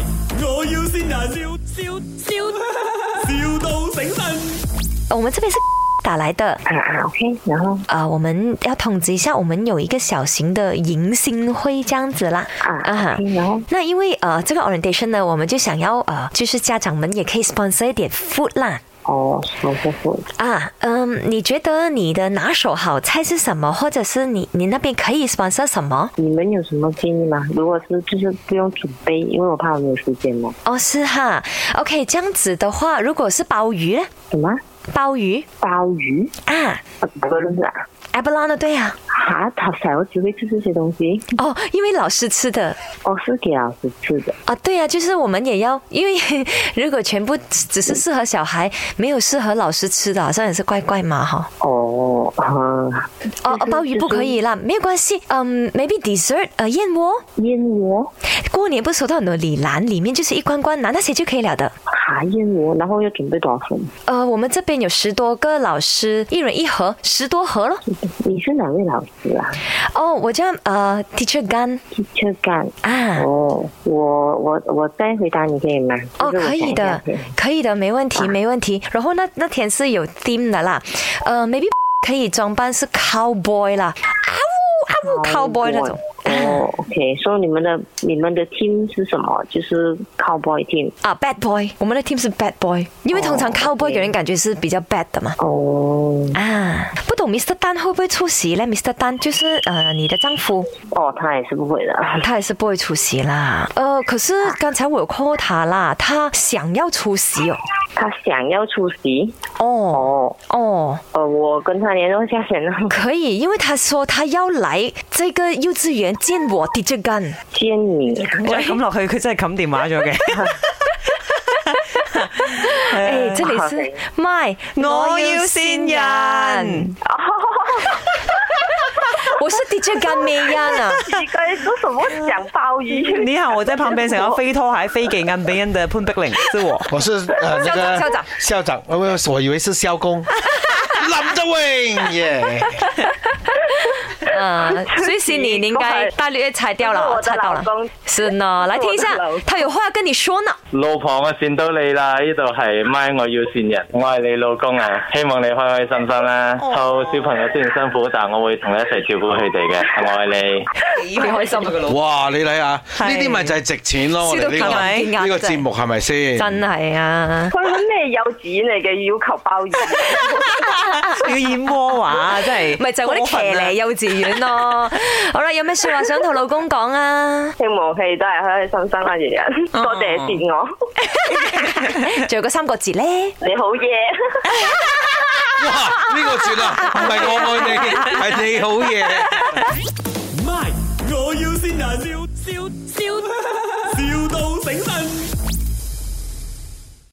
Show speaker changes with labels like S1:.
S1: 我要先人，笑笑笑，,笑到醒神。
S2: 我们这边是 打来的，
S3: 啊啊，OK，然后
S2: 呃，我们要统计一下，我们有一个小型的迎新会这样子啦，
S3: 啊
S2: 哈。
S3: ，OK，然后
S2: 那因为呃，这个 orientation 呢，我们就想要呃，就是家长们也可以 sponsor 一点 food 啦
S3: 哦，舒服服。
S2: 啊，嗯，你觉得你的拿手好菜是什么，或者是你你那边可以 sponsor 什么？
S3: 你们有什么建议吗？如果是就是不用准备，因为我怕我没有时间嘛。
S2: 哦，是哈，OK，这样子的话，如果是鲍鱼呢？
S3: 什么
S2: 鲍鱼
S3: 鲍鱼？
S2: 啊
S3: 啊不认识啊？
S2: ，abalone 对呀、
S3: 啊，好小我只会吃这些东西。
S2: 啊，哦，因为老师吃的。
S3: 哦，是给老师吃的。
S2: 啊，对啊，就是我们也要， 因为如果全部只是适合小孩，没有适合老师吃的，好像也是怪怪嘛哈。
S3: 哦，啊，
S2: 哦，
S3: 就是
S2: 鲍鱼不可以啦，没有关系。嗯，maybe dessert，呃，燕窝。
S3: 燕窝，
S2: 过年不是收到很多礼篮，里面就是一罐罐拿那些就可以了的。
S3: 啊，燕窝，然后要准备多少份？
S2: 呃，我们这边有十多个老师，一人一盒，十多盒咯。
S3: 你是哪位老师啊
S2: 哦，我叫呃 teacher Gan
S3: ？Teacher 干。
S2: 啊。
S3: 哦，我我我再回答你可以吗？
S2: 哦，
S3: 就是我
S2: 可
S3: 想啊
S2: 以
S3: 一
S2: 的
S3: 下，
S2: 可以的，没问题，没问题。然后那那天是有 theme 的啦，呃，maybe 可以装扮是 cowboy 啦，啊呜啊呜 cowboy 那种
S3: 哦，OK，所以你们的你们的 team 是什么？就是 cowboy team。
S2: 啊，bad boy。我们的 team 是 bad boy，因为通常
S3: 哦
S2: cowboy
S3: OK
S2: 给人感觉是比较 bad 的嘛。
S3: 哦，
S2: 啊，不懂 Mr. 丹会不会出席呢？Mr. 丹就是呃你的丈夫，
S3: 哦，他也是不会的。
S2: 他也是不会出席啦。呃，可是刚才我有 call 他啦，他想要出席哦。
S3: 他想要出席。
S2: 哦
S3: 哦，
S2: 哦，
S3: 呃，我跟他联络一下先啊。
S2: 可以，因为他说他要来这个幼稚园见我 DJ 干。
S3: 见 你，
S4: 再咁落去，佢真係冚電話咗 嘅。
S2: 诶，哎这里
S3: 呃好
S2: 是
S3: 的
S2: 麦，
S4: 我要善人，
S2: 我是 DJ 干美呀啊，
S3: 奇怪，说什么讲鲍鱼？
S4: 你好，我在旁邊成日 飛拖鞋、飛技硬俾人嘅潘碧玲，是 我。
S5: 我是呃那个
S2: 校长
S5: 校长，我我我以为是校 工，林德荣耶，
S2: 呃，所以你你应该大略猜掉了，
S3: 我的
S2: 猜到了
S3: 老公，
S2: 是呢，来听一下
S3: 我的老，公
S2: 他有话要跟你说呢。
S6: 老婆，我善到你啦！呢度係咪我要善人，我係你老公啊！希望你開開心心啦。好，小朋友雖然辛苦，但我會同你一齊照顧佢哋嘅。我愛你。
S4: 幾開心啊個老
S5: 哇！你睇下呢
S4: 係
S5: 啲咪就係值錢咯，我哋呢
S2: 笑到
S4: 咁
S2: 眼睛
S5: 個
S2: 眼
S5: 呢個
S2: 睛
S5: 節目係咪先？
S2: 真係啊，
S3: 佢咩幼稚園嚟嘅要求 包魚？
S4: 要演魔話真係，
S2: 咪就係我啲
S4: 啊
S2: 騎呢幼稚園咯。好啦，有咩说話想同老公講啊？
S3: 希望佢都係開開心心啦，日日。
S4: 哦
S3: 多謝善我，
S2: 仲有個三個字咧，
S3: 你好嘢。
S5: 哇！呢個節啊，唔係我愛 你，係你好嘢。
S1: My，我要先人，笑笑笑，,笑到醒神。